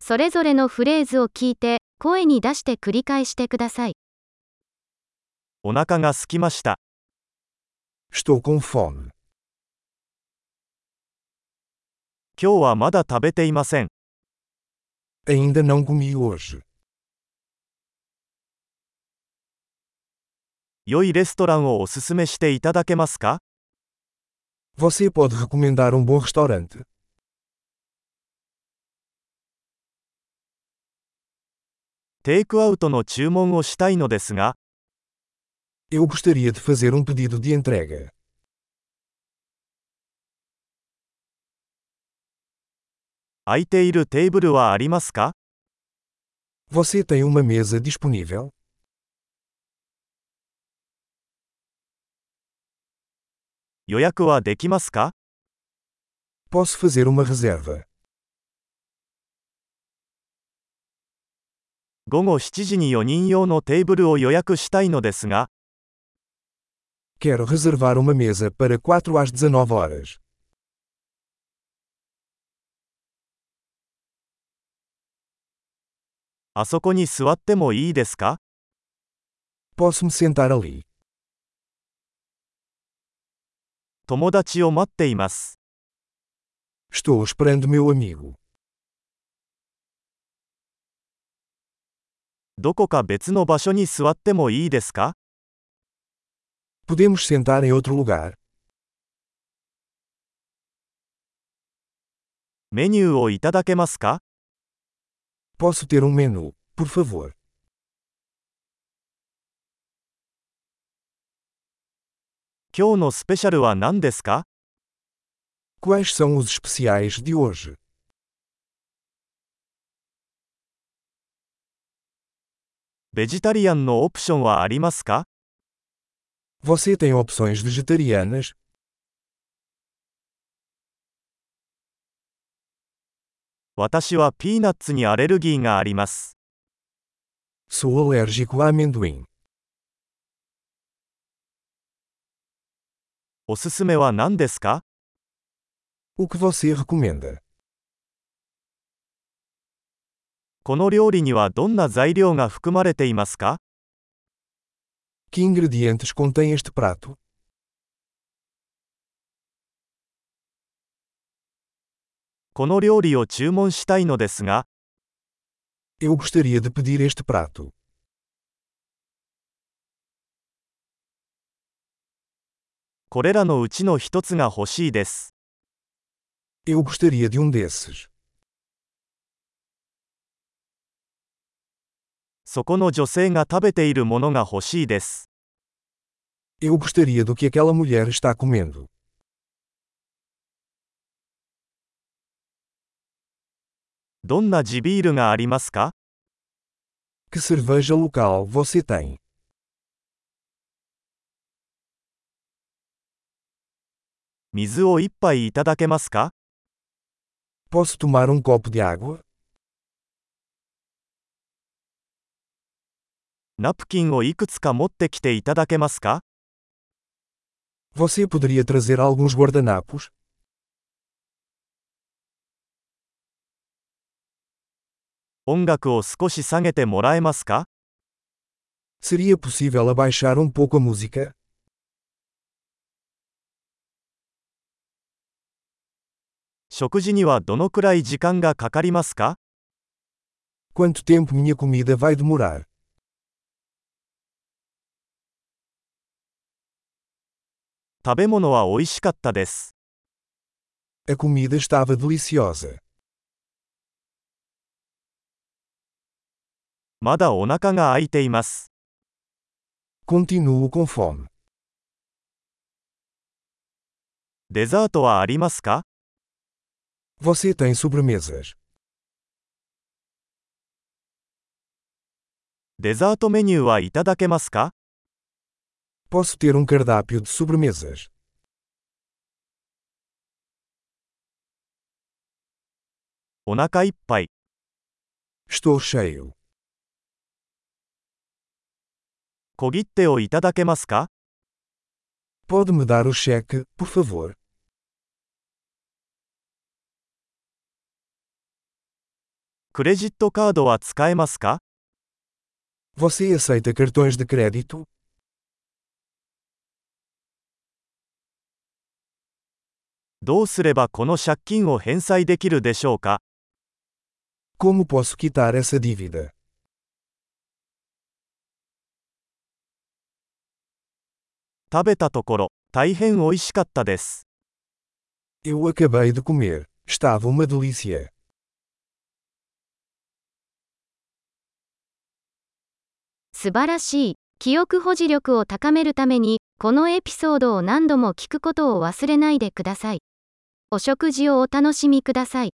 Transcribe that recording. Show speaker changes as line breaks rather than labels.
それぞれのフレーズを聞いて、声に出して繰り返してください。
お腹が空きました。
Estou com fome.
今日はまだ食べていません。
Ainda não comi hoje.
良いレストランをおすすめしていただけますか
Você pode recomendar um bom restaurante.
テイクアウトの注文をしたいのですが、
Eu gostaria de fazer um pedido de entrega.
空いているテーブルはありますか
Você tem uma mesa disponível?
予約はできますか
Posso fazer uma reserva.
午後7時に4人用のテーブルを予約したいのですが、
Quero reservar uma mesa para 4 às 19 horas.
あそこに座ってもいいですか
Posso me sentar ali.
友達を待っています。
Estou esperando meu amigo.
どこか別の場所に座ってもいいですか
Podemos sentar em outro lugar?
メニューをいただけますか
Posso ter um menu, por favor.
今日のスペシャルは何ですか
Quais são os especiais de hoje?
ベジタリアンのオプションはありますか
Você tem opções vegetarianas?
私はピーナッツにアレルギーがあります。
Sou alérgico a amendoim.
おすすめは何ですか
O que você recomenda?
この料理にはどんな材料が含まれていますか
Que ingredientes contém este prato?
この料理を注文したいのですが、
Eu gostaria de pedir este prato.
これらのうちの一つが欲しいです。
Eu gostaria de um desses.
そこの女性が食べているものが欲しいです。
Eu gostaria do que aquela mulher está comendo.
どんな地ビールがありますか
Que cerveja local você tem?
水を一杯いただけますか
Posso tomar um copo de água?
ナプキンをいくつか持ってきていただけますか
Você poderia trazer alguns guardanapos?
音楽を少し下げてもらえますか
Seria possível abaixar um pouco a música?
食事にはどのくらい時間がかかりますか
Quanto tempo minha comida vai demorar?
食べ物は美味しかったです。
A comida estava deliciosa.
まだお腹が空いています。
Continuo com fome.
デザートはありますか
Você tem sobremesas?
デザートメニューはいただけますか
Posso ter um cardápio de sobremesas?
お腹いっぱい。
Estou cheio.
小切手をいただけますか
Pode me dar o cheque, por favor?
ククレジットカードは使えますか
Você aceita cartões de crédito?
どうすればこの借金を返済できるでしょうか
Como posso quitar essa dívida?
食べたところ、大変美味しかったです。
Eu acabei de comer. Estava uma delícia.
素晴らしい。記憶保持力を高めるために、このエピソードを何度も聞くことを忘れないでください。お食事をお楽しみください。